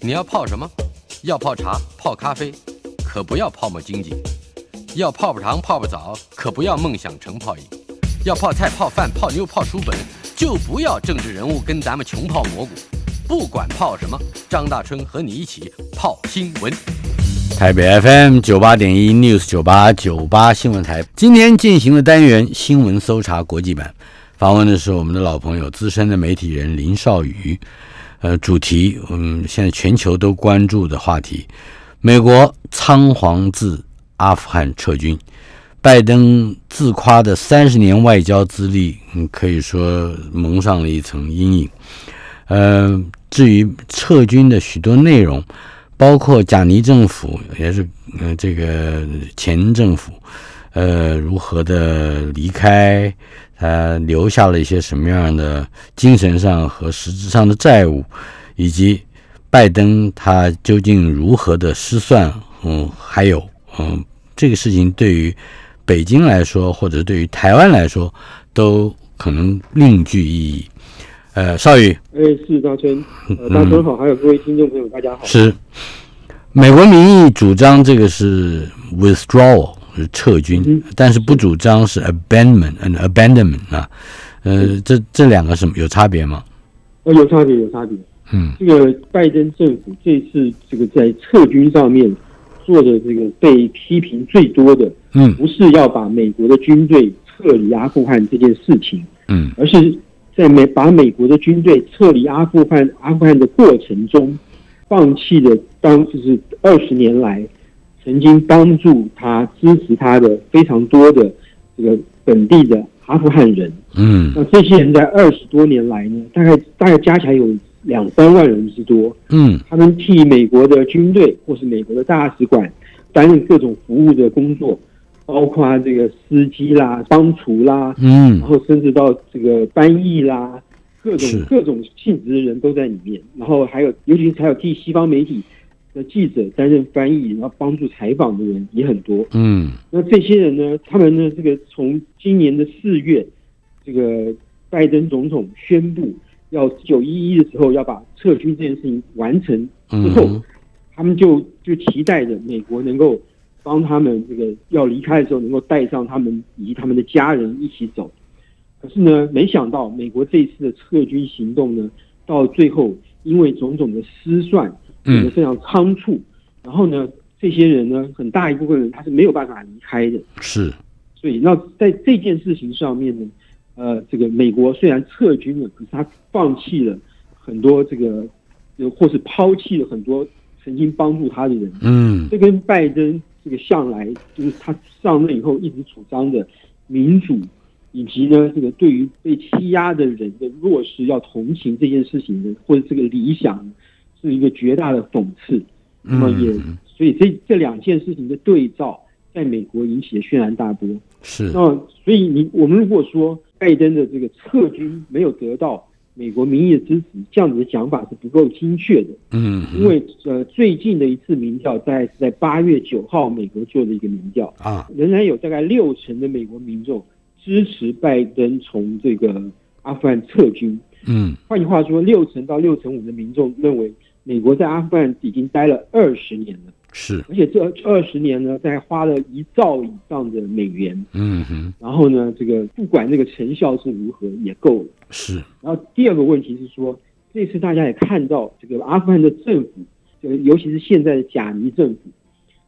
你要泡什么？要泡茶、泡咖啡，可不要泡沫经济；要泡泡糖、泡泡澡，可不要梦想成泡影；要泡菜、泡饭、泡妞、泡书本，就不要政治人物跟咱们穷泡蘑菇。不管泡什么，张大春和你一起泡新闻。台北 FM 九八点一 News 九八九八新闻台，今天进行的单元新闻搜查国际版，访问的是我们的老朋友资深的媒体人林少宇。呃，主题嗯，现在全球都关注的话题，美国仓皇自阿富汗撤军，拜登自夸的三十年外交资历，嗯，可以说蒙上了一层阴影。呃，至于撤军的许多内容，包括贾尼政府也是，呃，这个前政府，呃，如何的离开，他留下了一些什么样的精神上和实质上的债务，以及拜登他究竟如何的失算，嗯，还有，嗯，这个事情对于北京来说，或者对于台湾来说，都可能另具意义。呃，少宇，哎，是大春， 呃，大嗯春好，还有各位听众朋友，大家好。是，美国民意主张这个是 withdrawal 是撤军，嗯但是不主张是 abandonment and abandonment 啊，呃，这这两个什么有差别吗？呃，有差别，有差别。嗯这个拜登政府这次这个在撤军上面做的这个被批评最多的，嗯不是要把美国的军队撤离阿富汗这件事情，嗯而是在美把美国的军队撤离阿富汗阿富汗的过程中，放弃了当就是二十年来曾经帮助他支持他的非常多的这个本地的阿富汗人。嗯那这些人在二十多年来呢，大概大概加起来有两三万人之多，嗯他们替美国的军队或是美国的大使馆担任各种服务的工作，包括这个司机啦、帮厨啦，然嗯后甚至到这个翻译啦，各是种各种性质的人都在里面。然后还有，尤其是还有替西方媒体的记者担任翻译，然后帮助采访的人也很多。嗯那这些人呢，他们呢，这个从今年的四月，这个拜登总统宣布要九一一的时候要把撤军这件事情完成之后，嗯他们就就期待着美国能够帮他们这个要离开的时候能够带上他们以及他们的家人一起走。可是呢，没想到美国这一次的撤军行动呢，到最后因为种种的失算，嗯变得非常仓促。然后呢，这些人呢，很大一部分人他是没有办法离开的。是所以，那在这件事情上面呢，呃，这个美国虽然撤军了，可是他放弃了很多这个，呃或是抛弃了很多曾经帮助他的人。嗯这跟拜登这个向来就是他上任以后一直主张的民主，以及呢这个对于被欺压的人的弱势要同情这件事情的，或者这个理想，是一个绝大的讽刺。那么也嗯所以这这两件事情的对照，在美国引起了轩然大波。是那所以你我们如果说拜登的这个撤军没有得到美国民意的支持，这样子的想法是不够精确的。嗯因为呃，最近的一次民调在是在八月九号美国做的一个民调，啊仍然有大概六成的美国民众支持拜登从这个阿富汗撤军。嗯换句话说，六成到六成五的民众认为美国在阿富汗已经待了二十年了，是而且这二十年呢，在花了一兆以上的美元，嗯哼然后呢，这个不管那个成效是如何，也够了。是然后第二个问题是说，这次大家也看到这个阿富汗的政府，呃，尤其是现在的贾尼政府，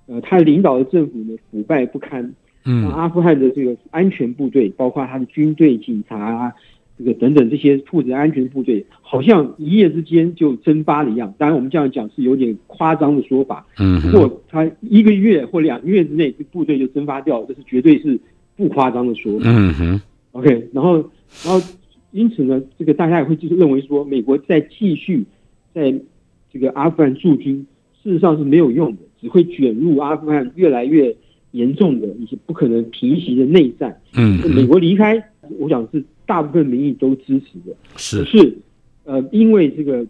呃，他领导的政府呢腐败不堪，让嗯阿富汗的这个安全部队，包括他的军队、警察啊，这个等等这些负责安全部队，好像一夜之间就蒸发了一样。当然，我们这样讲是有点夸张的说法，嗯不哼过他一个月或两个月之内，这部队就蒸发掉，这是绝对是不夸张的说法。嗯哼 OK，然后，然后，因此呢，这个大家也会就是认为说，美国再继续在这个阿富汗驻军，事实上是没有用的，只会卷入阿富汗越来越严重的一些不可能平息的内战。嗯美哼国离开，我想是大部分民意都支持的，可是是，呃，因为这个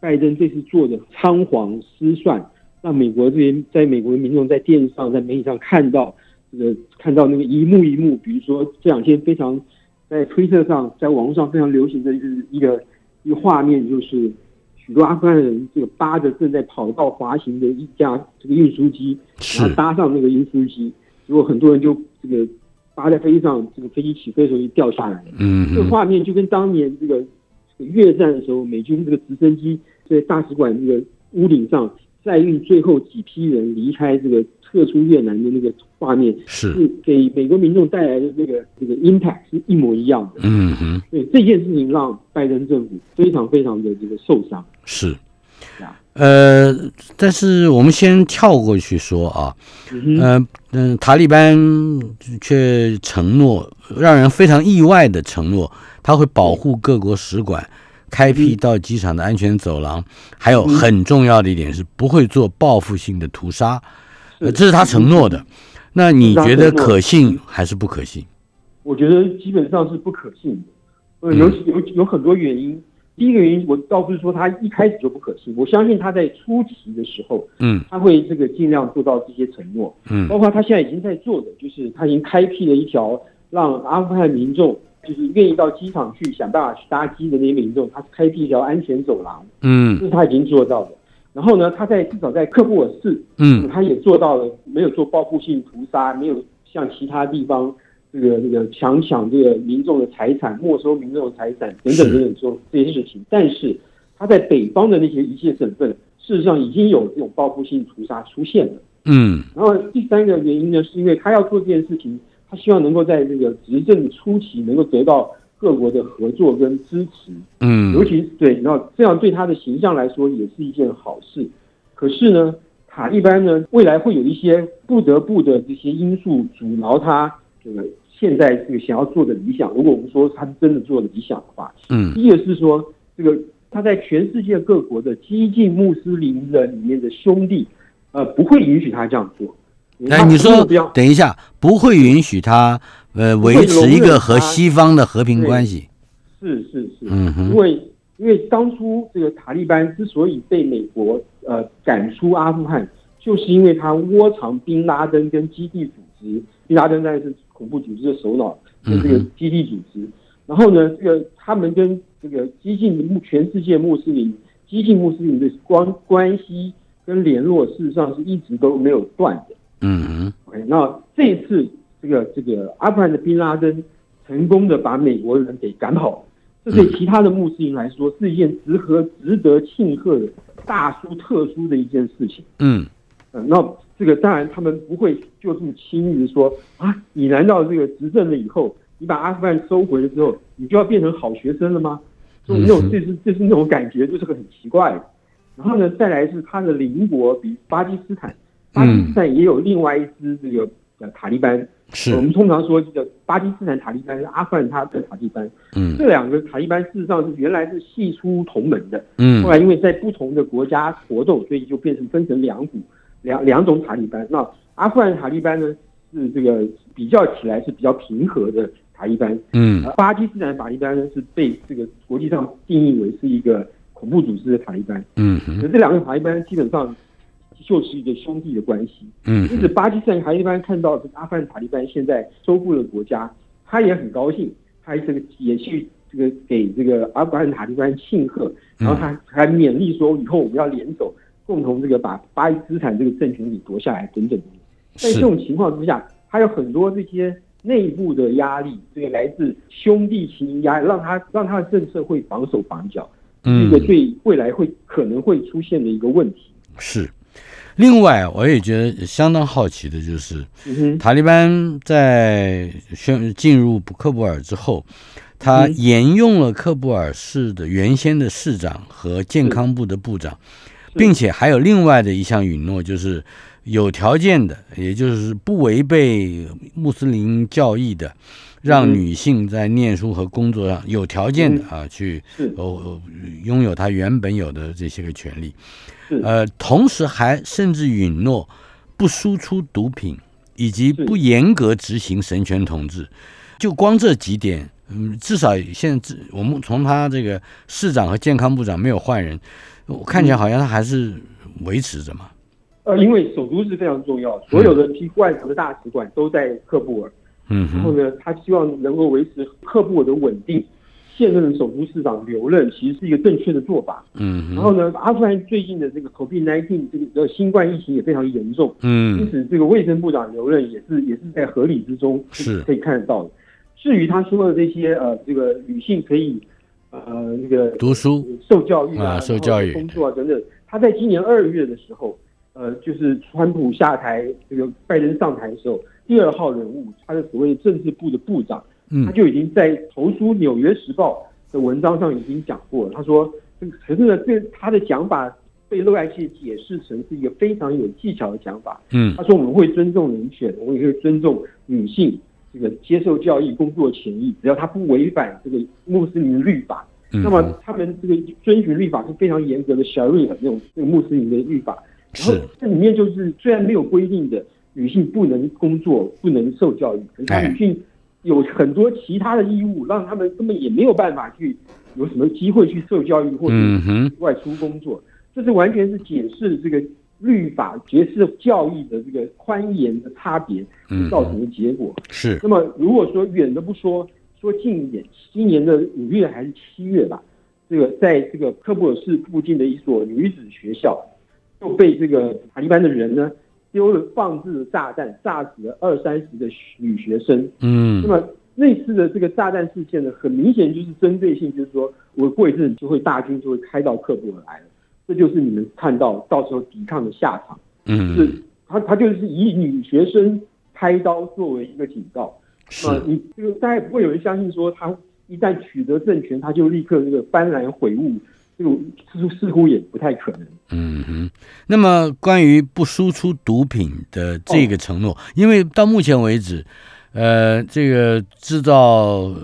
拜登这次做的仓皇失算，让美国这边在美国的民众在电视上、在媒体上看到这个看到那个一幕一幕，比如说这两天非常在推特上、在网络上非常流行的就是一个一个画面，就是许多阿富汗人这个扒着正在跑道滑行的一架这个运输机，然后是搭上那个运输机，结果很多人就这个扒在飞机上，这个飞机起飞的时候就掉下来了。嗯这个哼画面就跟当年这个这个越战的时候，美军这个直升机在大使馆这个屋顶上载运最后几批人离开这个撤出越南的那个画面，是是给美国民众带来的这个这个 impact 是一模一样的。嗯哼。所以这件事情让拜登政府非常非常的这个受伤。是啊，呃，但是我们先跳过去说啊，嗯哼，呃，嗯、塔利班却承诺，让人非常意外的承诺，他会保护各国使馆，开辟到机场的安全走廊，还有很重要的一点是不会做报复性的屠杀，呃是这是他承诺的。那你觉得是他承诺可信还是不可信？我觉得基本上是不可信的，呃，有有有很多原因。第一个原因，我倒不是说他一开始就不可信，我相信他在初期的时候，嗯他会这个尽量做到这些承诺，嗯包括他现在已经在做的，就是他已经开辟了一条让阿富汗民众就是愿意到机场去想办法去搭机的那些民众，他开辟一条安全走廊，这嗯是他已经做到的。然后呢，他在至少在克布尔市，嗯他也做到了，没有做报复性屠杀，没有像其他地方这个这个强抢这个民众的财产、没收民众的财产等等是等等做这些事情。但是他在北方的那些一些省份，事实上已经有这种报复性屠杀出现了。嗯然后第三个原因呢，是因为他要做这件事情，他希望能够在这个执政初期能够得到各国的合作跟支持。尤嗯其对，然后这样对他的形象来说也是一件好事。可是呢，塔利班呢，未来会有一些不得不的这些因素阻挠他这个现在这个想要做的理想。如果我们说他是真的做的理想的话，嗯第一个是说这个他在全世界各国的激进穆斯林人里面的兄弟，呃，不会允许他这样做。哎，你他说不要等一下，不会允许他呃不会维持一容个忍和他西方的和平对关系。是是是，嗯因哼，为因为当初这个塔利班之所以被美国呃赶出阿富汗，就是因为他窝藏宾拉登跟基地组织，宾拉登当然是恐怖组织的首脑，是这个嗯基地组织。然后呢，这个他们跟这个激进的穆全世界穆斯林、激进穆斯林的关关系跟联络，事实上是一直都没有断的。嗯哼， OK，那这一次这个这个阿富汗的宾拉登成功的把美国人给赶跑了，这对其他的穆斯林来说是一件值得值得庆贺的大殊特殊的一件事情。嗯嗯，那这个当然他们不会就这么轻易的说啊，你难道这个执政了以后，你把阿富汗收回了之后，你就要变成好学生了吗？就那嗯哼种就是就是那种感觉，就是很奇怪的。然后呢，再来是他的邻国比巴基斯坦，巴嗯基斯坦也有另外一支这个呃塔利班，我是，们通常说这个巴基斯坦塔利班是阿富汗他的塔利班，嗯这两个塔利班事实上是原来是系出同门的，后嗯来因为在不同的国家活动，所以就变成分成两股，两两种塔利班。那阿富汗塔利班呢是这个比较起来是比较平和的塔利班，嗯而巴基斯坦塔利班呢是被这个国际上定义为是一个恐怖组织的塔利班。嗯可哼是这两个塔利班基本上就是一个兄弟的关系。嗯因此，哼巴基斯坦塔利班看到这个阿富汗塔利班现在收复了国家，他也很高兴，他这个也去这个给这个阿富汗塔利班庆贺，然后嗯他还勉励说，以后我们要联手，共同这个把巴基斯坦这个政权给夺下来，等等等等。在这是种情况之下，他有很多这些内部的压力，这个来自兄弟情谊压力，让他让他的政策会绑手绑脚，是一个嗯对未来会可能会出现的一个问题。是。另外，我也觉得相当好奇的就是，嗯哼，塔利班在宣进入喀布尔之后，他嗯沿用了喀布尔市的原先的市长和健康部的部长，嗯并且还有另外的一项允诺，就是有条件的，也就是不违背穆斯林教义的，让嗯女性在念书和工作上有条件的啊去是哦哦拥有她原本有的这些个权利。是呃，同时还甚至允诺不输出毒品，以及是不严格执行神权统治。就光这几点，嗯，至少现在我们从他这个市长和健康部长没有换人，我看起嗯来好像他还是维持着嘛。呃，因为首都是非常重要，所有的批外国的大使馆都在喀布尔，嗯然后哼，呢，他希望能够维持喀布尔的稳定，现任的首都市长留任，其实是一个正确的做法。嗯然哼，后呢，阿富汗最近的这个 COVID-19 这个呃新冠疫情也非常严重，因嗯此这个卫生部长留任也是也是在合理之中，是可以看得到的。至于他说的这些呃，这个女性可以呃这个读书受教育啊啊，受教育然后工作啊等等。他在今年二月的时候，呃，就是川普下台，这个拜登上台的时候，第二号人物，他的所谓政治部的部长，嗯他就已经在投书《纽约时报》的文章上已经讲过了，他说，这个可是呢，这他的讲法被洛艾奇解释成是一个非常有技巧的讲法。嗯他说我们会尊重人权，我们也会尊重女性这个接受教育、工作权益，只要他不违反这个穆斯林律法。嗯，那么他们这个遵循律法是非常严格的 Sharia 那种那个穆斯林的律法，然后是这里面就是虽然没有规定的女性不能工作、不能受教育，可哎是女性有很多其他的义务，让他们根本也没有办法去有什么机会去受教育或者嗯哼外出工作，这是完全是解释这个律法、解释教育的这个宽严的差别嗯造成的结果。是那么如果说远的不说，说近一点，今年的五月还是七月吧，这个在这个科布尔市附近的一所女子学校，就被这个塔利班的人呢丢了放置的炸弹，炸死了二三十个女学生。嗯那么那次的这个炸弹事件呢，很明显就是针对性，就是说我过一阵就会大军就会开到克布尔来了，这就是你们看到到时候抵抗的下场。是嗯他他就是以女学生开刀作为一个警告。啊，是你这个大概不会有人相信说他一旦取得政权，他就立刻这个幡然悔悟，这种似似乎也不太可能。嗯哼。那么关于不输出毒品的这个承诺，因为到目前为止。呃，这个制造呃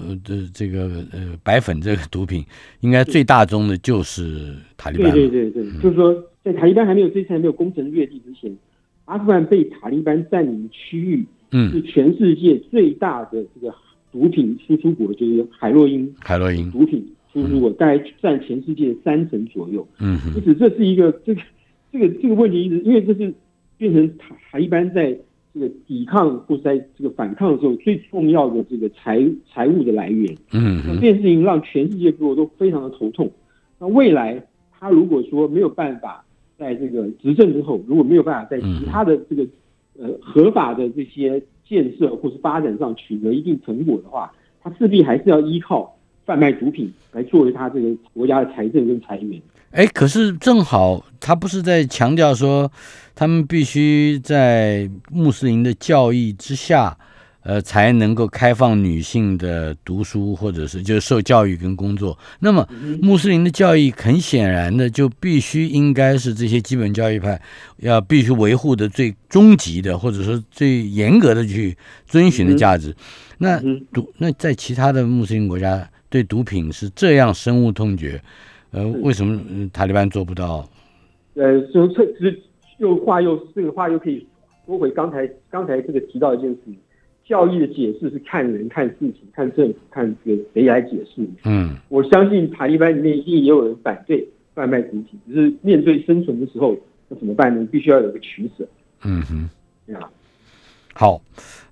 这个呃白粉这个毒品，应该最大宗的就是塔利班对了。对对对，嗯就是说，在塔利班还没有这次还没有攻城略地之前，阿富汗被塔利班占领区域是嗯，全世界最大的这个毒品输出国，就是海洛因海洛因。毒品输出国，大概占全世界三成左右。嗯因哼，此，这是一个这个这个这个问题，一直因为这是变成塔塔利班在这个抵抗或是在这个反抗的时候最重要的这个财财务的来源。嗯那这哼，件事情让全世界各国都非常的头痛。那未来他如果说没有办法在这个执政之后，如果没有办法在嗯其他的这个呃合法的这些建设或是发展上取得一定成果的话，他势必还是要依靠贩卖毒品来作为他这个国家的财政跟财源。哎，可是正好他不是在强调说，他们必须在穆斯林的教义之下，呃，才能够开放女性的读书或者是就是受教育跟工作。那么穆斯林的教义很显然的就必须应该是这些基本教义派要必须维护的最终极的或者说最严格的去遵循的价值。那嗯毒那在其他的穆斯林国家对毒品是这样深恶痛绝，呃，为什么嗯塔利班做不到？呃，就这这又话又这个话又可以说回刚才刚才这个提到一件事情，教育的解释是看人、看事情、看政府、看这个谁来解释。嗯我相信塔利班里面一定也有人反对贩卖毒品，只是面对生存的时候，那怎么办呢？必须要有个取舍，嗯哼，对吧？好。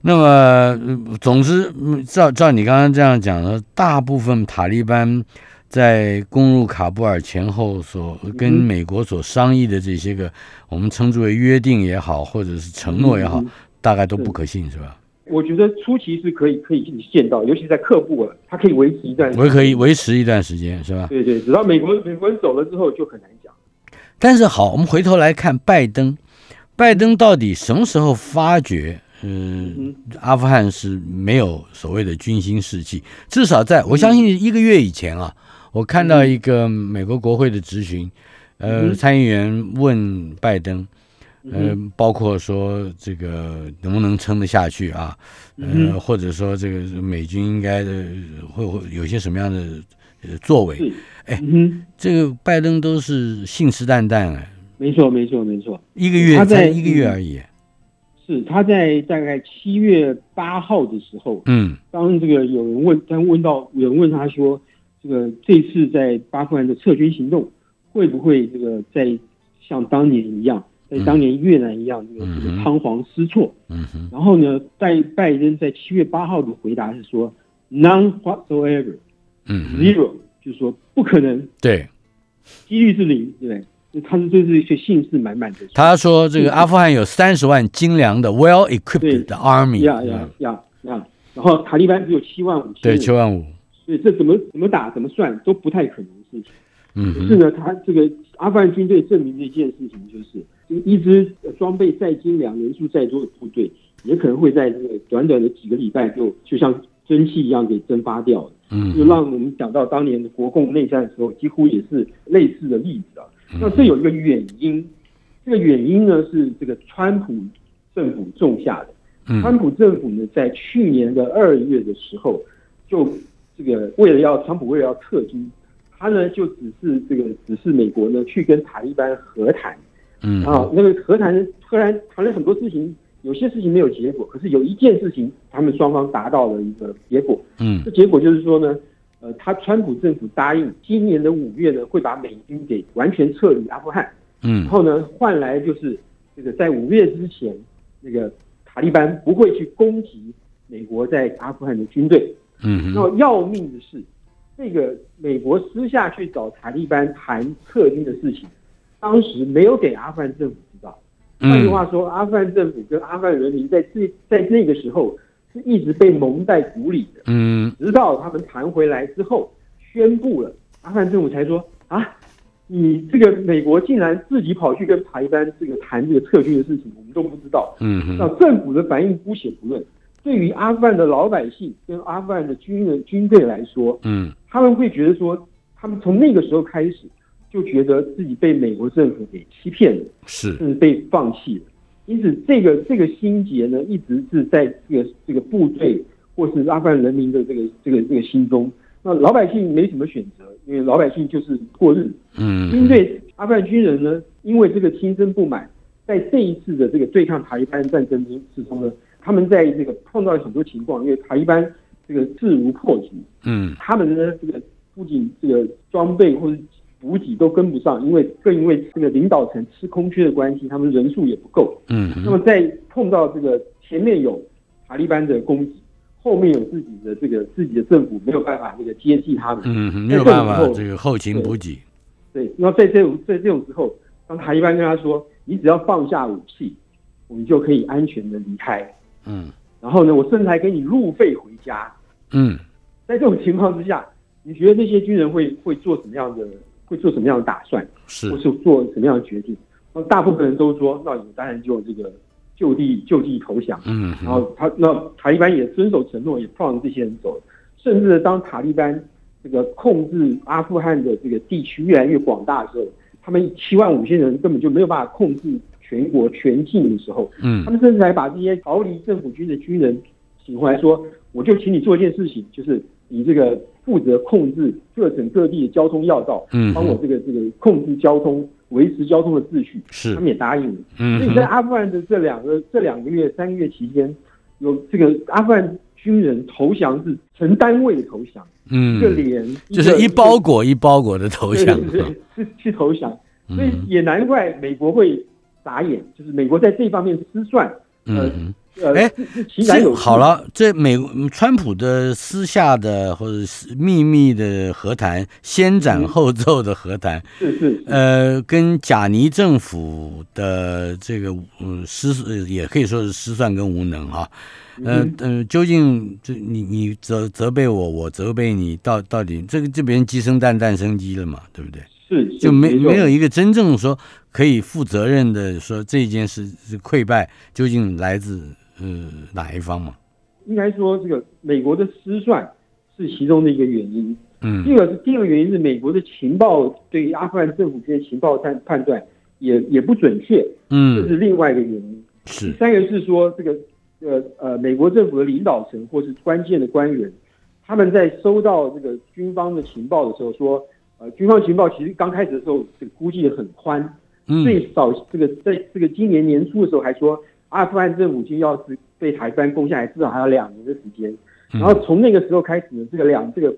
那么，呃总之，嗯照照你刚刚这样讲的，大部分塔利班在攻入卡布尔前后所跟嗯美国所商议的这些个，我们称之为约定也好，或者是承诺也好嗯，大概都是不可信，是吧？我觉得初期是可以可以见到，尤其在喀布尔，它可以维持一段时间，维可以维持一段时间，是吧？对对，直到美国美国人走了之后就很难讲。但是好，我们回头来看拜登，拜登到底什么时候发觉，嗯，阿富汗是没有所谓的军心士气？至少在我相信一个月以前啊，我看到一个美国国会的质询，呃，参议员问拜登。呃，包括说这个能不能撑得下去啊？呃，或者说这个美军应该的呃会会有些什么样的呃作为？是，嗯哼，这个拜登都是信誓旦旦哎，没错没错没错。一个月他才在一个月而已。是他在大概七月八号的时候，嗯当这个有人问，当问到有人问他说，这个这次在巴富汗的撤军行动会不会这个在像当年一样，在当年越南一样，这个这嗯个仓皇失措？嗯哼，然后呢，拜拜登在七月八号的回答是说，none whatsoever，嗯哼， zero，就是说不可能，对，几率是零，对不对？那他是对这些信心是满满的。他说这个阿富汗有三十万精良的 well equipped 的 army，嗯呀呀呀呀！然后塔利班只有七万五千对，人，七万五，所以这怎么怎么打怎么算都不太可能是。嗯可是哼，呢，他这个阿富汗军队证明的一件事情就是，这个一支呃装备再精良、人数再多的部队，也可能会在这个短短的几个礼拜就就像蒸汽一样给蒸发掉了。就嗯，让我们想到当年的国共内战的时候，几乎也是类似的例子啊。嗯那这有一个原因，这个原因呢是这个川普政府种下的。川嗯，普政府呢，在去年的二月的时候，就这个为了要川普为了要撤军，他呢就只是这个只是美国呢去跟塔利班和谈嗯，啊，那个和谈和谈谈了很多事情，有些事情没有结果，可是有一件事情他们双方达到了一个结果，嗯，这结果就是说呢，呃，他川普政府答应今年的五月呢，会把美军给完全撤离阿富汗，然嗯，后呢，换来就是这个在五月之前，那个塔利班不会去攻击美国在阿富汗的军队。嗯那哼，么要命的是，这个美国私下去找塔利班谈撤军的事情，当时没有给阿富汗政府知道。换句嗯，话说，阿富汗政府跟阿富汗人民在这在那个时候是一直被蒙在鼓里的。嗯，直到他们谈回来之后，宣布了，阿富汗政府才说啊，你这个美国竟然自己跑去跟塔利班这个谈这个撤军的事情，我们都不知道。嗯那哼，政府的反应姑且不论，对于阿富汗的老百姓跟阿富汗的军人军队来说，嗯，他们会觉得说，他们从那个时候开始就觉得自己被美国政府给欺骗了。是，是被放弃的。因此，这个这个心结呢，一直是在这个这个部队或是阿富汗人民的这个这个这个心中。那老百姓没什么选择，因为老百姓就是过日子。嗯，军队阿富汗军人呢，因为这个心生不满，在这一次的这个对抗塔利班战争之中呢，他们在这个碰到了很多情况，因为塔利班这个势如破竹，嗯，他们呢，这个不仅这个装备或者补给都跟不上，因为更因为这个领导层吃空缺的关系，他们人数也不够。嗯那哼，么在碰到这个前面有塔利班的攻击，后面有自己的这个自己的政府没有办法这个接济他们，嗯哼，没有办法，这个后勤补给，对。那在这种在这种时候，当塔利班跟他说：“你只要放下武器，我们就可以安全的离开。嗯然后呢，我甚至还给你路费回家。”嗯在这种情况之下，你觉得这些军人会会做什么样的会做什么样的打算，是或，是做什么样的决定？那大部分人都说，那你当然就这个就地就地投降。嗯然哼，后他那塔利班也遵守承诺，也放这些人走。甚至当塔利班这个控制阿富汗的这个地区越来越广大的时候，他们七万五千人根本就没有办法控制全国全境的时候，他嗯们甚至还把这些逃离政府军的军人请回来说，我就请你做一件事情，就是你这个负责控制各省各地的交通要道，嗯帮我这个这个控制交通，维持交通的秩序。是他们，也答应了。所嗯以在哼，阿富汗的这两个这两个月三个月期间，有这个阿富汗军人投降是成单位的投降，一个嗯，连就是一包裹一包裹的投投降，是去投降，所以嗯也难怪美国会眨眼，就是美国在这方面失算。嗯哼。呃，哎是，是情感有这好，了，这美嗯川普的私下的或者是秘密的和谈，先嗯斩后奏的和谈，是是，呃，跟贾尼政府的这个嗯失呃也可以说是失算跟无能哈、呃嗯呃，究竟这你你责责备我，我责备你，到到底这个这边鸡生蛋，蛋生鸡了嘛，对不对？是是就没错没有一个真正说可以负责任的说这件事是溃败究竟来自呃哪一方嘛？应该说这个美国的失算是其中的一个原因。第嗯二个是第二个原因是美国的情报对于阿富汗政府这些情报判判断也也不准确，这嗯是另外一个原因。第是三个是说这个呃呃美国政府的领导层或是关键的官员，他们在收到这个军方的情报的时候说，呃军方情报其实刚开始的时候这个估计得很宽，嗯最早这个在这个今年年初的时候还说，阿富汗政府军要是被塔利班攻下来，至少还要两年的时间。嗯然后从那个时候开始，这个两这个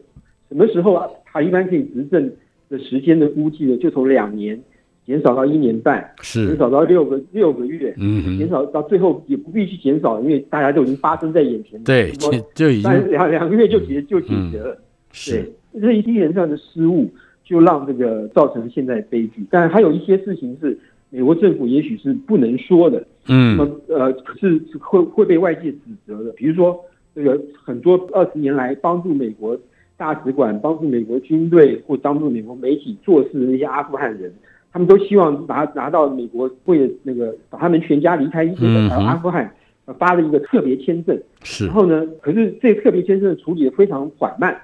什么时候啊，塔利班可以执政的时间的估计呢，就从两年减少到一年半，减是少到六个六个月，嗯减哼少到最后也不必去减少，因为大家都已经发生在眼前了。对，就是这就说已但经嗯两两个月就解就解决了。是对，这一连串的失误，就让这个造成现在悲剧。但还有一些事情是美国政府也许是不能说的，那嗯么呃是是会会被外界指责的。比如说，这个很多二十年来帮助美国大使馆、帮助美国军队或帮助美国媒体做事的那些阿富汗人，他们都希望拿拿到美国为了那个把他们全家离开伊嗯朗、哼阿富汗，呃发了一个特别签证。是然，后呢，可是这个特别签证处理的非常缓慢，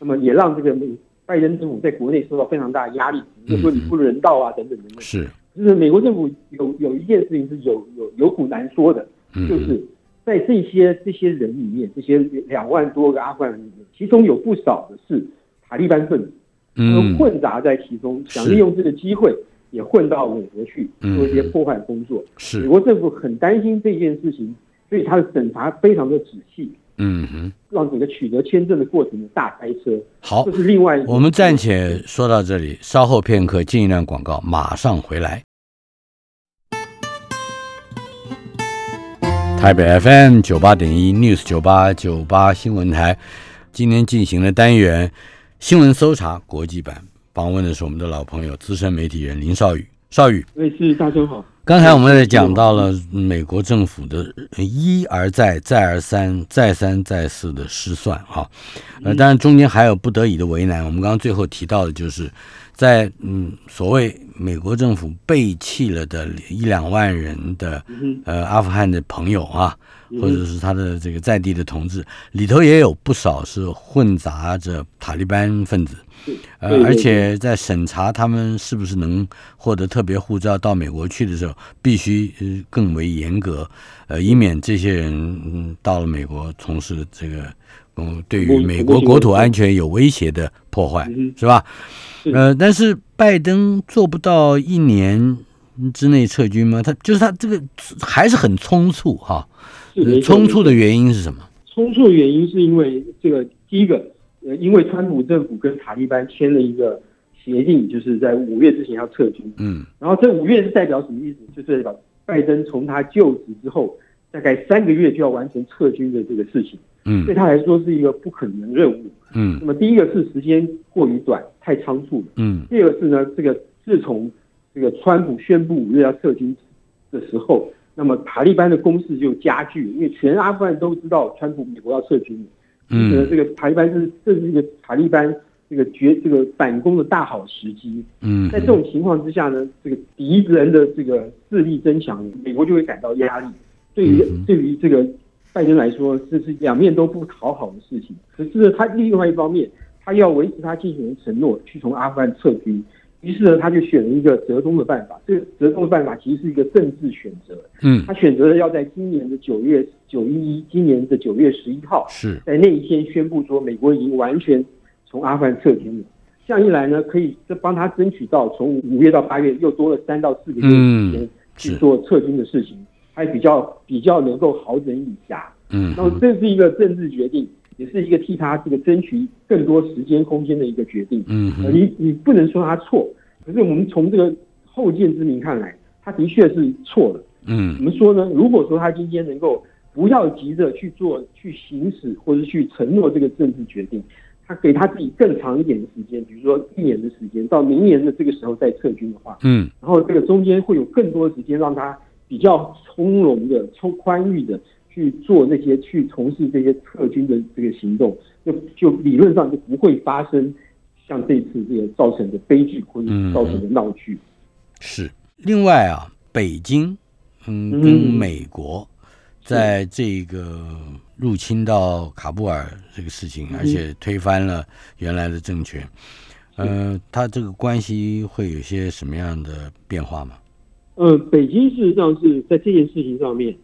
那么也让这个美拜登政府在国内受到非常大的压力，嗯比如说你不人道啊等等等等。是，就是美国政府有有一件事情是有有有苦难说的，嗯就哼是在这些这些人里面，这些两万多个阿富汗人里面，其中有不少的是塔利班分子，他们嗯混杂在其中，想是利用这个机会也混到美国去做一些破坏工作。美嗯是，国政府很担心这件事情，所以他的审查非常的仔细，嗯哼，让整个取得签证的过程大开车。好这，是另外一个哦我们暂且说到这里，稍后片刻进一段广告，马上回来。台北 FM 九八点一 News 九八九八新闻台，今天进行了单元新闻搜查国际版，访问的是我们的老朋友资深媒体人林少宇。少宇，瑞士大家好，刚才我们也讲到了美国政府的一而再、再而三、再三再四的失算啊，嗯呃，当然中间还有不得已的为难。我们刚刚最后提到的就是，在嗯所谓美国政府背弃了的一两万人的嗯哼嗯呃阿富汗的朋友啊，或者是他的这个在地的同志，里头也有不少是混杂着塔利班分子。对呃，对而且在审查他们是不是能获得特别护照到美国去的时候，必须呃更为严格，呃，以免这些人嗯到了美国从事这个嗯对于恐怖美恐国怖国行土为安全有威胁的破坏嗯哼，是吧？是呃，但是拜登做不到一年之内撤军吗？他就是他这个还是很匆促哈、是呃没错匆促的原因是什么？冲突的原因是因为这个第一个，呃，因为川普政府跟塔利班签了一个协定，就是在五月之前要撤军。嗯然后这五月是代表什么意思？就是代表拜登从他就职之后，大概三个月就要完成撤军的这个事情，嗯对他来说是一个不可能的任务。嗯那么第一个是时间过于短，太仓促了。嗯第二个是呢，这个自从这个川普宣布五月要撤军的时候，那么塔利班的攻势就加剧，因为全阿富汗都知道川普美国要撤军了，嗯觉得这个塔利班是这是一个塔利班这个绝这个反攻的大好时机。嗯，在这种情况之下呢，这个敌人的这个势力增强，美国就会感到压力。对于嗯哼对于这个拜登来说，这是两面都不讨好的事情。可是呢，他另外一方面，他要维持他竞选的承诺，去从阿富汗撤军。于是呢，他就选了一个折中的办法。这个折中的办法其实是一个政治选择，嗯他选择了要在今年的九月九一一，今年的九月十一号，是在那一天宣布说美国已经完全从阿富汗撤军了。这样一来呢，可以这帮他争取到从五月到八月又多了三到四个月的时嗯间去是做撤军的事情，还比较比较能够好整以暇。嗯那么这是一个政治决定，也是一个替他这个争取更多时间空间的一个决定。嗯呃哼你你不能说他错，可是我们从这个后见之明看来，他的确是错了。嗯怎。么说呢？如果说他今天能够不要急着去做、去行使或者去承诺这个政治决定，他给他自己更长一点的时间，比如说一年的时间，到明年的这个时候再撤军的话，嗯然后这个中间会有更多的时间让他比较从容的、从宽裕的去做那些去从事这些撤军的这个行动，就就理论上就不会发生像这次这个造成的悲剧或者嗯造成的闹剧。，是。另外啊，北京，嗯，嗯跟美国在这个入侵到卡布尔这个事情，嗯而且推翻了原来的政权，嗯呃，它这个关系会有些什么样的变化吗？呃，北京事实上是在这件事情上面，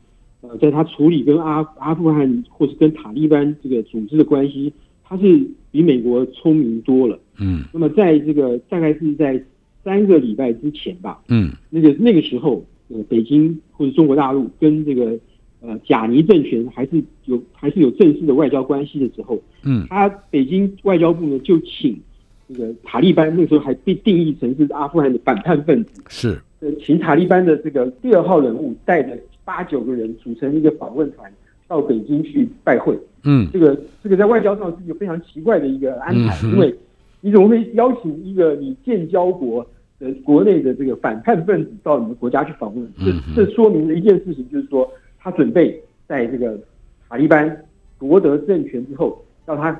呃，在他处理跟阿阿富汗或是跟塔利班这个组织的关系，他是比美国聪明多了。嗯那么在这个大概是在三个礼拜之前吧，嗯那个那个时候，呃，北京或者中国大陆跟这个呃贾尼政权还是有还是有正式的外交关系的时候，嗯他北京外交部呢就请这个塔利班那时候还被定义成是阿富汗的反叛分子。是呃，请塔利班的这个第二号人物带着八九个人组成一个访问团到北京去拜会。嗯这个这个在外交上是一个非常奇怪的一个安排，嗯哼因为你怎么会邀请一个你建交国的国内的这个反叛分子到你的国家去访问？这嗯哼这说明了一件事情，就是说他准备在这个塔利班夺得政权之后，让他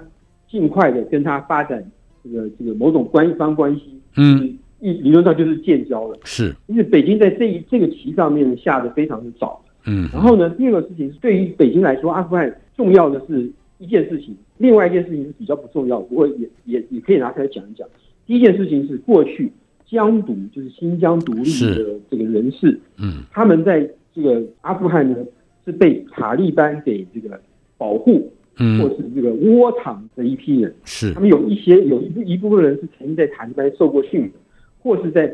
尽快的跟他发展这个这个某种官方关系，嗯，一理论上就是建交了。是，因为北京在这一这个棋上面下的非常的早。嗯，然后呢，第二个事情是对于北京来说，阿富汗重要的是一件事情，另外一件事情是比较不重要，不过也也也可以拿出来讲一讲。第一件事情是过去疆独，就是新疆独立的是这个人士，嗯他们在这个阿富汗呢是被塔利班给这个保护或嗯，是这个窝藏的一批人。是他，们有一些有一部一部分人是曾经在塔利班受过训的，或是在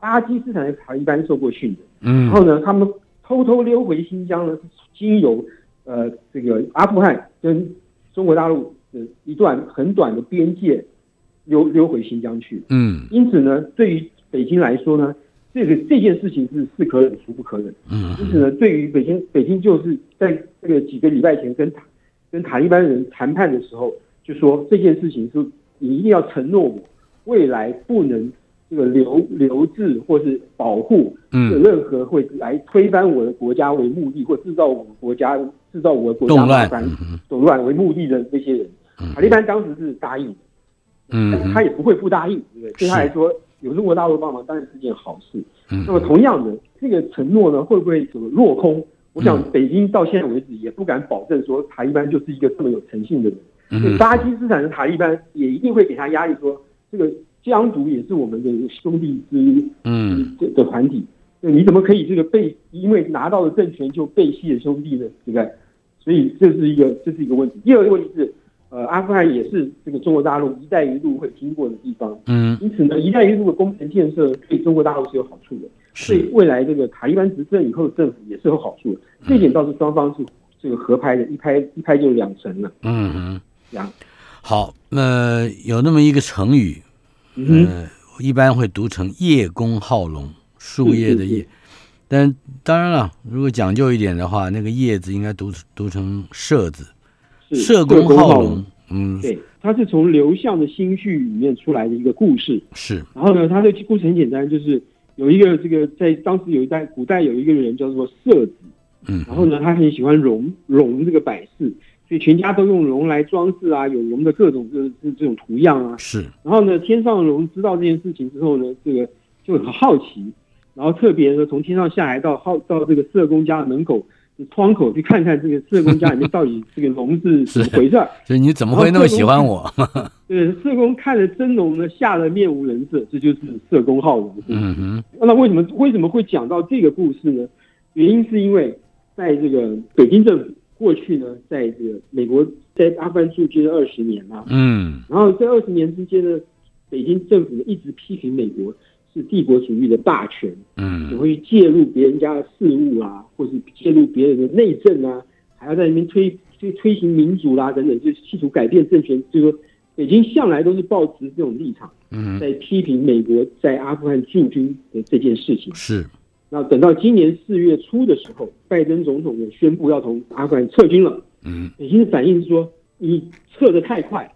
巴基斯坦的塔利班受过训的。嗯然，后呢，他们偷偷溜回新疆呢，经由呃这个阿富汗跟中国大陆的一段很短的边界溜溜回新疆去。嗯因此呢，对于北京来说呢，这个这件事情是是可忍孰不可忍。嗯因此呢，对于北京，北京就是在这个几个礼拜前跟塔跟塔利班人谈判的时候，就说这件事情是你一定要承诺我，未来不能这个留留置或是保护有嗯，任何会来推翻我的国家为目的，或制造我国家制造我国家动麻乱，烦嗯、哼动乱为目的的那些人，塔利班当时是答应的，但是嗯他哼也不会不答应，对不对？对他是来说，有中国大陆帮忙当然是件好事。嗯那么同样的，这个承诺呢，会不会有落空？我想嗯北京到现在为止也不敢保证说塔利班就是一个这么有诚信的人。嗯对哼，巴基斯坦的塔利班也一定会给他压力说这个疆独也是我们的兄弟之一，嗯的的团体，那你怎么可以这个背因为拿到了政权就背弃了兄弟呢？对不对？所以这是一个这是一个问题。第二个问题是，呃，阿富汗也是这个中国大陆“一带一路”会经过的地方，嗯，因此呢，“一带一路”的工程建设对中国大陆是有好处的，对是，未来这个塔利班执政以后的政府也是有好处的。嗯这一点倒是双方是这个合拍的，一拍一拍就两成了，嗯哼，这样。好，那有那么一个成语，嗯哼，呃，一般会读成叶公好龙，树叶的叶。但当然了，如果讲究一点的话，那个叶字应该读读成社字，嗯是社公公好龙龙。。嗯，对，它是从刘向的心绪里面出来的一个故事。是，然后呢，他的故事很简单，就是有一个这个在当时有一代古代有一个人叫做社子，嗯，然后呢，他很喜欢龙龙这个摆饰，所以全家都用龙来装饰啊，有龙的各种这这这种图样啊。是，然后呢，天上的龙知道这件事情之后呢，这个就很好奇，然后特别呢从天上下来到好到这个社工家的门口窗口去看看这个社工家里面到底这个龙是怎么回事儿。所以你怎么会那么喜欢我？对，社工看了真龙呢，吓得面无人色，这就是社工好龙。嗯哼，那为什么为什么会讲到这个故事呢？原因是因为在这个北京政府过去呢，在这个美国在阿富汗驻军二十年嘛，嗯然后在二十年之间呢，北京政府一直批评美国是帝国主义的霸权，只嗯会去介入别人家的事务啊，或是介入别人的内政啊，还要在那边推推推行民主啦、等等，就是企图改变政权。就是说，北京向来都是抱持这种立场，嗯，在批评美国在阿富汗驻军的这件事情。是，那等到今年四月初的时候，拜登总统也宣布要从阿富汗撤军了。嗯北京的反应是说，你撤得太快，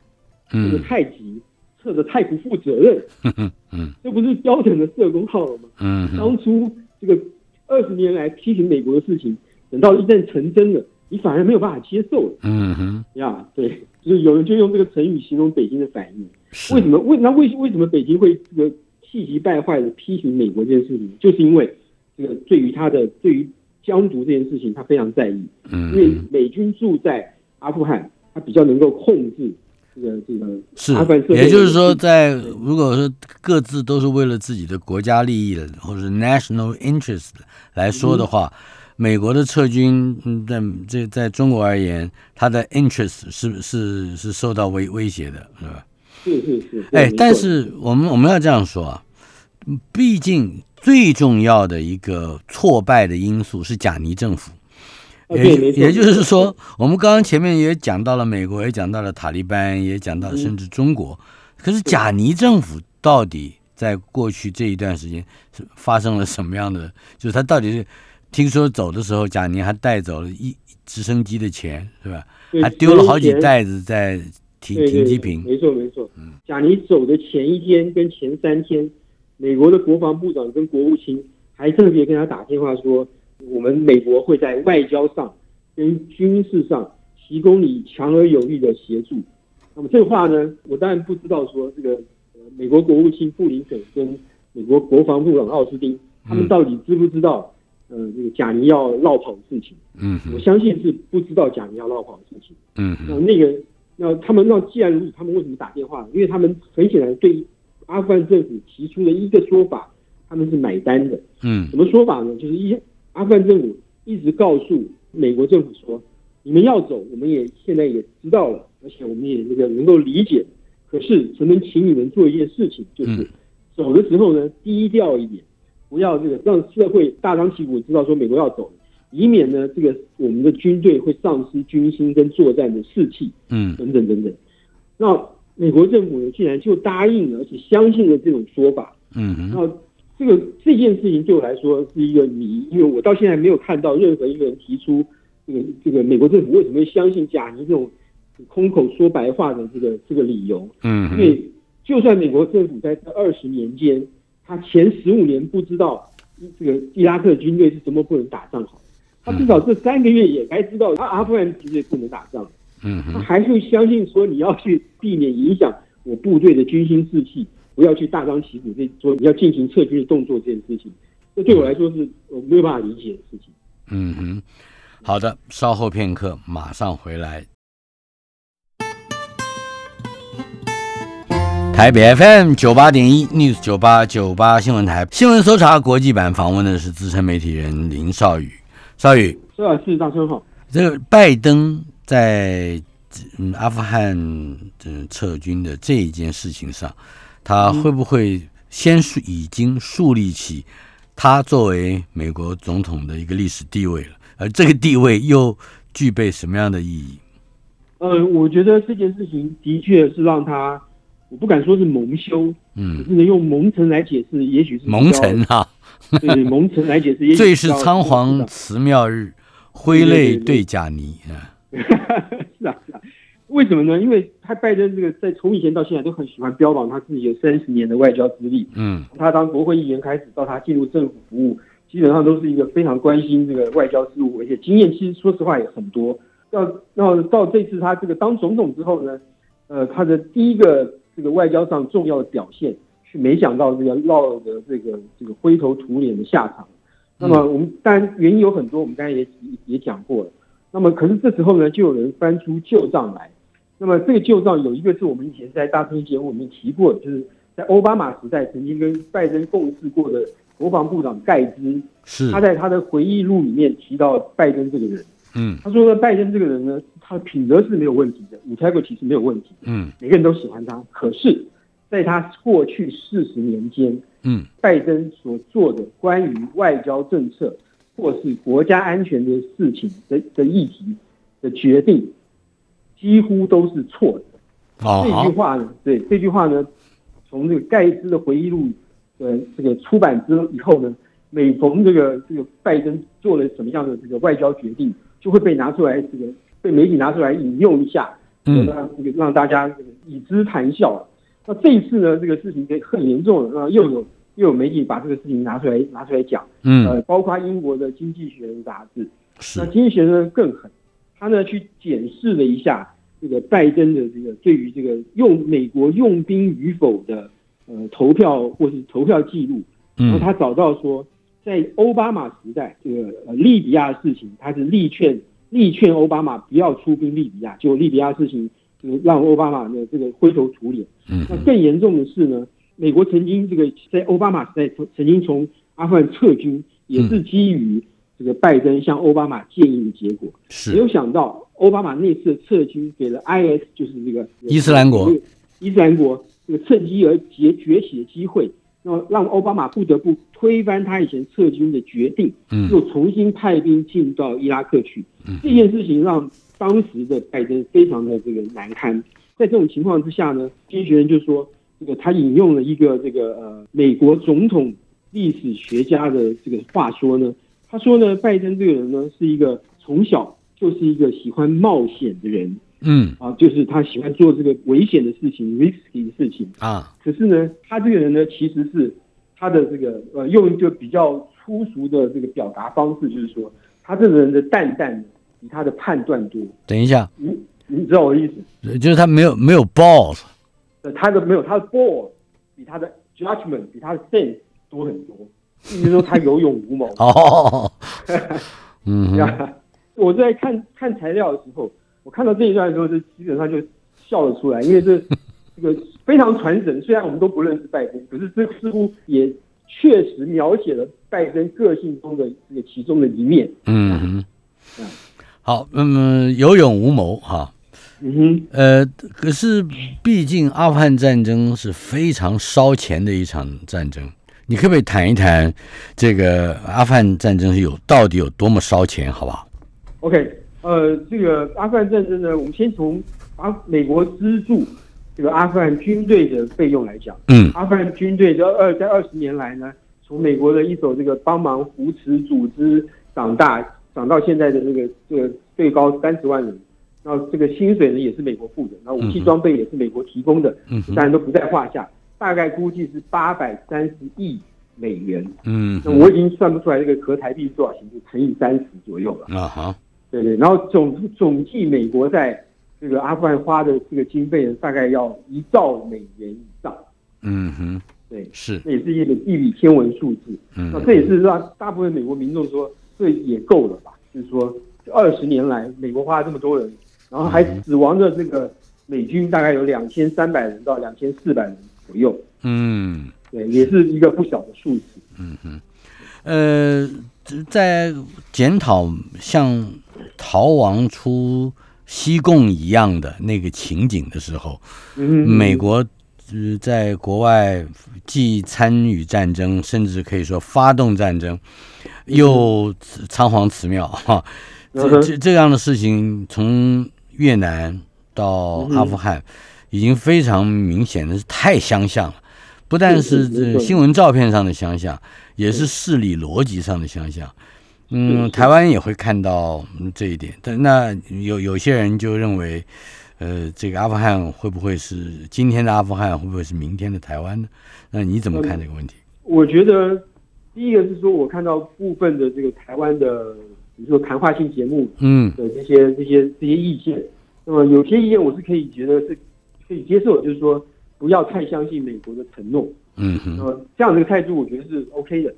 撤得嗯太急，撤得太不负责任， 嗯嗯这不是标准的社工号了吗？嗯，当初这个二十年来批评美国的事情，等到一旦成真了，你反而没有办法接受了嗯哼，呀。对，就是有人就用这个成语形容北京的反应。是为，什么？为那为为什么北京会这个气急败坏的批评美国这件事情？就是因为这个对于他的对于疆独这件事情，他非常在意，因为嗯美军驻在阿富汗，他比较能够控制这个这个是阿富汗社，会也就是说，的在如果说各自都是为了自己的国家利益的，或者是 national interest 来说嗯的话，美国的撤军，嗯，在这在中国而言，它的 interest 是是是受到威威胁的，是吧？是是是，对哎没错，但是我们我们要这样说啊，嗯毕竟最重要的一个挫败的因素是贾尼政府。啊也对就没错也就是说，我们刚刚前面也讲到了美国，也讲到了塔利班，也讲到嗯了甚至中国。可是贾尼政府到底在过去这一段时间是发生了什么样的？就是他到底是听说走的时候，贾尼还带走了一直升机的钱，是吧？对还丢了好十几年前袋子在停对停对机对，坪，嗯没错没错。贾尼走的前一天跟前三天，美国的国防部长跟国务卿还特别跟他打电话说，我们美国会在外交上跟军事上提供你强而有力的协助。那么这话呢，我当然不知道说这个、呃、美国国务卿布林肯跟美国国防部长奥斯嗯汀他们到底知不知道，呃，这个贾尼要落跑的事情？嗯我哼相信是不知道贾尼要落跑的事情。嗯哼那呃那个，那他们那既然如此，他们为什么打电话？因为他们很显然对阿富汗政府提出的一个说法，他们是买单的。嗯什么说法呢？就是一阿富汗政府一直告诉美国政府说，你们要走，我们也现在也知道了，而且我们也那个能够理解。可是，只能请你们做一件事情，就是嗯走的时候呢，低调一点，不要这个让社会大张旗鼓知道说美国要走了，以免呢这个我们的军队会丧失军心跟作战的士气。嗯等等等等。那美国政府呢，竟然就答应了，而且相信了这种说法。嗯哼那这个这件事情对我来说是一个谜，因为我到现在没有看到任何一个人提出这个这个美国政府为什么会相信贾尼这种空口说白话的这个这个理由。嗯因哼为就算美国政府在这二十年间，他前十五年不知道这个伊拉克军队是怎么不能打仗好，他至少这三个月也该知道阿阿富汗军队不能打仗。嗯他哼还是相信说你要去避免影响我部队的军心士气，不要去大张旗鼓这说你要进行撤军的动作这件事情，这对我来说是我没有办法理解的事情。嗯哼，好的，稍后片刻，马上回来。台北 FM 九八点一 News 九八九八新闻台新闻搜查国际版访问的是资深媒体人林少宇，少宇，是啊，是张生好，这个拜登在嗯阿富汗嗯撤军的这一件事情上，他会不会先树已经树立起他作为美国总统的一个历史地位了？而这个地位又具备什么样的意义？呃，我觉得这件事情的确是让他，我不敢说是蒙羞，可嗯，是呢，用蒙尘来解释，也许是蒙尘，哈，对对，蒙尘来 解释，也许最是比较仓皇辞庙日，挥泪对对对对贾尼啊， 是啊，是啊，为什么呢？因为他拜登这个在从以前到现在都很喜欢标榜他自己有三十年的外交资历，嗯从他当国会议员开始到他进入政府服务，基本上都是一个非常关心这个外交事务，而且经验其实说实话也很多。到到到这次他这个当总统之后呢，呃，他的第一个这个外交上重要的表现，是没想到这个落得这个这个灰头土脸的下场。那么我们当然原因有很多，我们刚才也也讲过了。那么可是这时候呢，就有人翻出旧账来。那么这个旧账有一个是我们以前在大春节目里面提过的，就是在奥巴马时代曾经跟拜登共事过的国防部长盖兹，是他，在他的回忆录里面提到拜登这个人。嗯他说呢，拜登这个人呢，他的品德是没有问题的，integrity 是没有问题的，嗯每个人都喜欢他。可是，在他过去四十年间，嗯拜登所做的关于外交政策或是国家安全的事情的的议题的决定，几乎都是错的。哦这好句，话呢，对这句话呢，从这个盖茨的回忆录呃这个出版之以后呢，每逢这个这个拜登做了什么样的这个外交决定，就会被拿出来这个被媒体拿出来引用一下，嗯让这个让大家这个以之谈笑。啊那这一次呢，这个事情很严重了，那又有又有媒体把这个事情拿出来拿出来讲，嗯呃，包括英国的《经济学人》杂志，那是《经济学人》更狠，他呢去检视了一下这个拜登的这个对于这个用美国用兵与否的呃投票或是投票记录，然后嗯他找到说，在奥巴马时代，这个呃利比亚的事情，他是力劝力劝奥巴马不要出兵利比亚，结果利比亚事情就是让奥巴马的这个灰头土脸。嗯那更严重的是呢，美国曾经这个在奥巴马时代曾曾经从阿富汗撤军，也是基于这个拜登向奥巴马建议的结果。没是有想到奥巴马那次的撤军给了 IS，就是这个伊斯兰国，伊斯兰国这个趁机而崛崛起的机会，那么让奥巴马不得不推翻他以前撤军的决定，嗯又重新派兵进到伊拉克去。这件事情让当时的拜登非常的这个难堪。在这种情况之下呢，经济学人就说，这个他引用了一个这个呃美国总统历史学家的这个话说呢，他说呢，拜登这个人呢是一个从小就是一个喜欢冒险的人，嗯啊，就是他喜欢做这个危险的事情、risky 的事情。啊，可是呢，他这个人呢，其实是他的这个呃，用一个比较粗俗的这个表达方式，就是说，他这个人的淡淡比他的判断多。等一下，你你知道我的意思？就是他没有没有 balls 呃，他的没有，他的 ball 比他的 judgment 比他的 sense 多很多，意思说他有勇无谋。哦，嗯哼呀，我在看看材料的时候，我看到这一段的时候，就基本上就笑了出来，因为这这个非常传神。虽然我们都不认识拜登，可是这似乎也确实描写了拜登个性中的这个其中的一面。嗯哼嗯，好，那、么有勇无谋哈，嗯哼，呃，可是毕竟阿富汗战争是非常烧钱的一场战争。你可不可以谈一谈这个阿富汗战争是有到底有多么烧钱，好不好？ OK，呃，这个阿富汗战争呢，我们先从阿美国资助这个阿富汗军队的费用来讲。嗯阿富汗军队在二在二十年来呢，从美国的一手这个帮忙扶持组织长大，长到现在的这个这个最高三十万人。然后这个薪水呢也是美国付的，然后武器装备也是美国提供的，嗯哼当然都不在话下。大概估计是八百三十亿美元，嗯那我已经算不出来这个合台币是多少钱，就乘以三十左右了。啊哈，对对，然后总总计美国在这个阿富汗花的这个经费呢，大概要一兆美元以上。嗯哼，对，是，这也是一笔一笔天文数字。嗯那这也是让大部分美国民众说，这也够了吧？就是说，二十年来，美国花了这么多人，然后还死亡的这个美军大概有两千三百人到两千四百人左右，嗯。对，也是一个不小的数字。呃，在检讨像逃亡出西贡一样的那个情景的时候，嗯，美国呃在国外既参与战争，甚至可以说发动战争，又仓皇辞庙 哈。嗯这哼这这样的事情，从越南到阿富汗，已经非常明显的是太相像了。不但是是是这没错新闻照片上的相像，也是事理逻辑上的相像。是嗯，是台湾也会看到嗯这一点，但那有有些人就认为，呃，这个阿富汗会不会是今天的阿富汗，会不会是明天的台湾呢？那你怎么看这个问题？我觉得第一个是说，我看到部分的这个台湾的，比如说谈话性节目，嗯的这些这些这些意见。那么有些意见我是可以觉得是可以接受的，就是说不要太相信美国的承诺。嗯那哼么呃这样的一个态度，我觉得是 OK 的。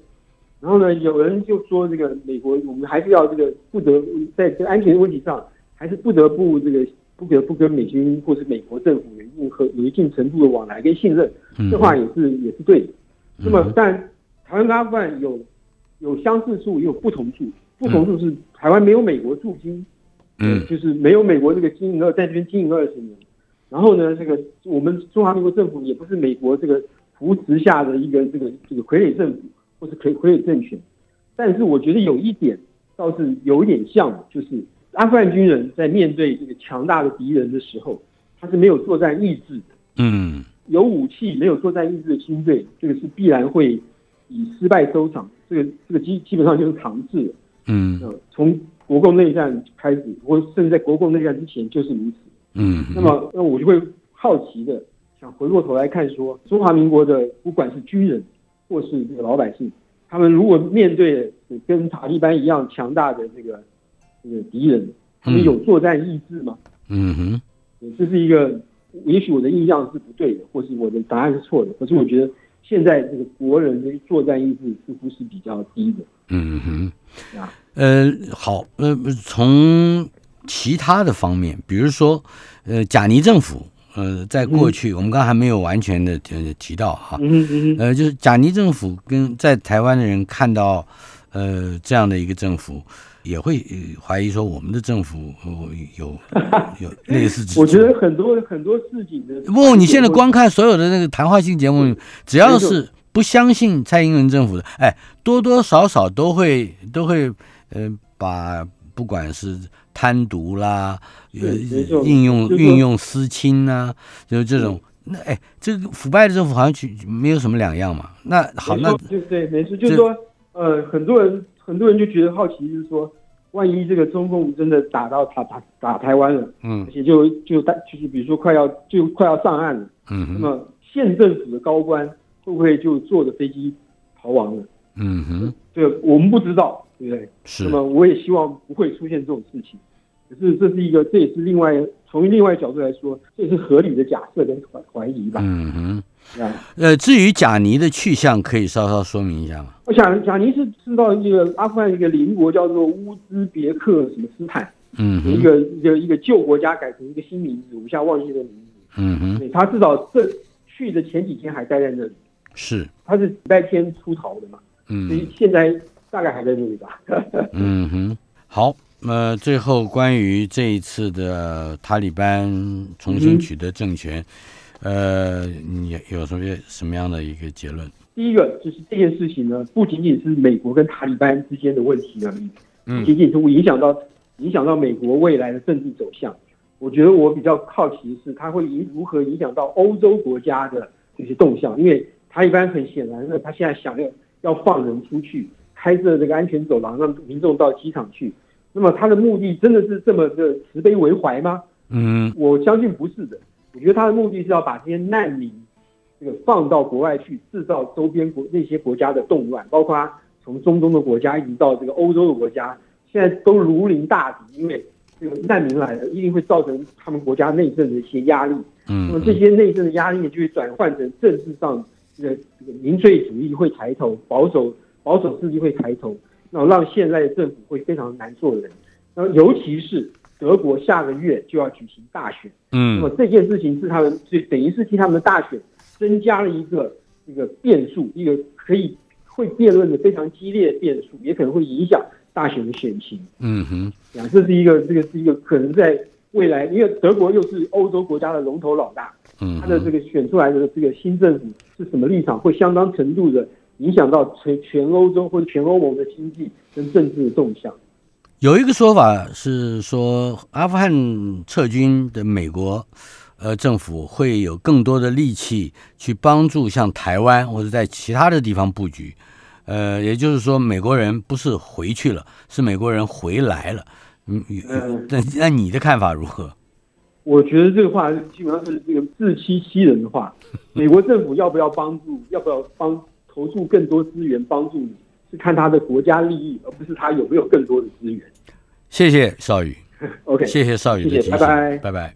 然后呢，有人就说这个美国，我们还是要这个不得在这个安全问题上，还是不得不这个不得不跟美军或是美国政府有一定和有一定程度的往来跟信任，嗯这话也是也是对的。那么嗯，但台湾跟阿富汗有有相似处，也有不同处。不同处是台湾没有美国驻军，嗯就是没有美国这个经营二在这边经营二十年。然后呢，这个我们中华民国政府也不是美国这个扶持下的一个这个这个傀儡政府或是傀傀儡政权。但是我觉得有一点倒是有一点像的，就是阿富汗军人在面对这个强大的敌人的时候，他是没有作战意志的。嗯有武器没有作战意志的军队，这个是必然会以失败收场，这个这个基基本上就是常制了。嗯呃，从国共内战开始，或甚至在国共内战之前就是如此。嗯，那么，那我就会好奇的想回过头来看说，中华民国的不管是军人或是这个老百姓，他们如果面对跟塔利班一样强大的这个这个敌人，他们有作战意志吗？嗯哼这是一个，也许我的印象是不对的，或是我的答案是错的。可是我觉得现在这个国人的作战意志似乎是比较低的。嗯哼。啊，呃，好，呃，从其他的方面，比如说，呃，贾尼政府，呃，在过去、我们刚才还没有完全的呃提到哈，嗯嗯呃，就是贾尼政府跟在台湾的人看到，呃，这样的一个政府，也会呃怀疑说我们的政府呃有有类似之处。我觉得很多很多事情的不，你现在光看所有的那个谈话性节嗯目，只要是不相信蔡英文政府的，哎，多多少少都会都会，呃，把不管是贪渎啦，呃是没，错应用就是嗯运用私亲呐、就是这种，那哎，这个腐败的政府好像去没有什么两样嘛。那好，没那错就对，没事，就是说，呃，很多人很多人就觉得好奇，就是说，万一这个中共真的打到打打打台湾了，嗯而且就就大就是比如说快要就快要上岸了，那嗯哼么县政府的高官会不会就坐着飞机逃亡了？嗯哼，这个我们不知道，对不对？是那么我也希望不会出现这种事情。可是这是一个，这也是另外从另外角度来说，这也是合理的假设跟怀怀疑吧。嗯哼。啊，呃，至于贾尼的去向，可以稍稍说明一下吗？我想贾尼是知道一个阿富汗一个邻国叫做乌兹别克什么斯坦，嗯一哼，个一个一个旧国家改成一个新名字，我一下忘记这个名字。嗯哼，对他至少这去的前几天还待在那里，是，他是礼拜天出逃的嘛，所以嗯现在大概还在那里吧。嗯哼，好。呃，最后关于这一次的塔利班重新取得政权，呃，你有什么什么样的一个结论？第一个就是这件事情呢，不仅仅是美国跟塔利班之间的问题而已，嗯不仅仅是会影响到影响到美国未来的政治走向。我觉得我比较好奇的是，它会影如何影响到欧洲国家的这些动向，因为塔利班很显然的，他现在想要要放人出去，开设这个安全走廊，让民众到机场去。那么他的目的真的是这么的慈悲为怀吗？嗯我相信不是的。我觉得他的目的是要把这些难民，这个放到国外去，制造周边国那些国家的动乱，包括从中东的国家一直到这个欧洲的国家，现在都如临大敌，因为这个难民来了，一定会造成他们国家内政的一些压力。那么嗯这些内政的压力就会转换成政治上这个这个民粹主义会抬头，保守保守势力会抬头，那让现在的政府会非常难做人。那尤其是德国下个月就要举行大选，那么嗯这件事情是他们就等于是替他们的大选增加了一个一个变数，一个可以会辩论的非常激烈的变数，也可能会影响大选的选情。嗯哼，啊，这是一个这个是一个可能在未来，因为德国又是欧洲国家的龙头老大，嗯他的这哼，个选出来的这个新政府是什么立场，会相当程度的影响到全全欧洲或者全欧盟的经济跟政治的动向。有一个说法是说，阿富汗撤军的美国，呃，政府会有更多的力气去帮助像台湾或者在其他的地方布局。呃，也就是说，美国人不是回去了，是美国人回来了。嗯， 嗯那那你的看法如何？我觉得这个话基本上是这个自欺欺人的话。美国政府要不要帮助，要不要帮投注更多资源帮助你，是看他的国家利益，而不是他有没有更多的资源。谢谢少宇， OK，谢谢少宇的谢谢提醒，拜拜拜拜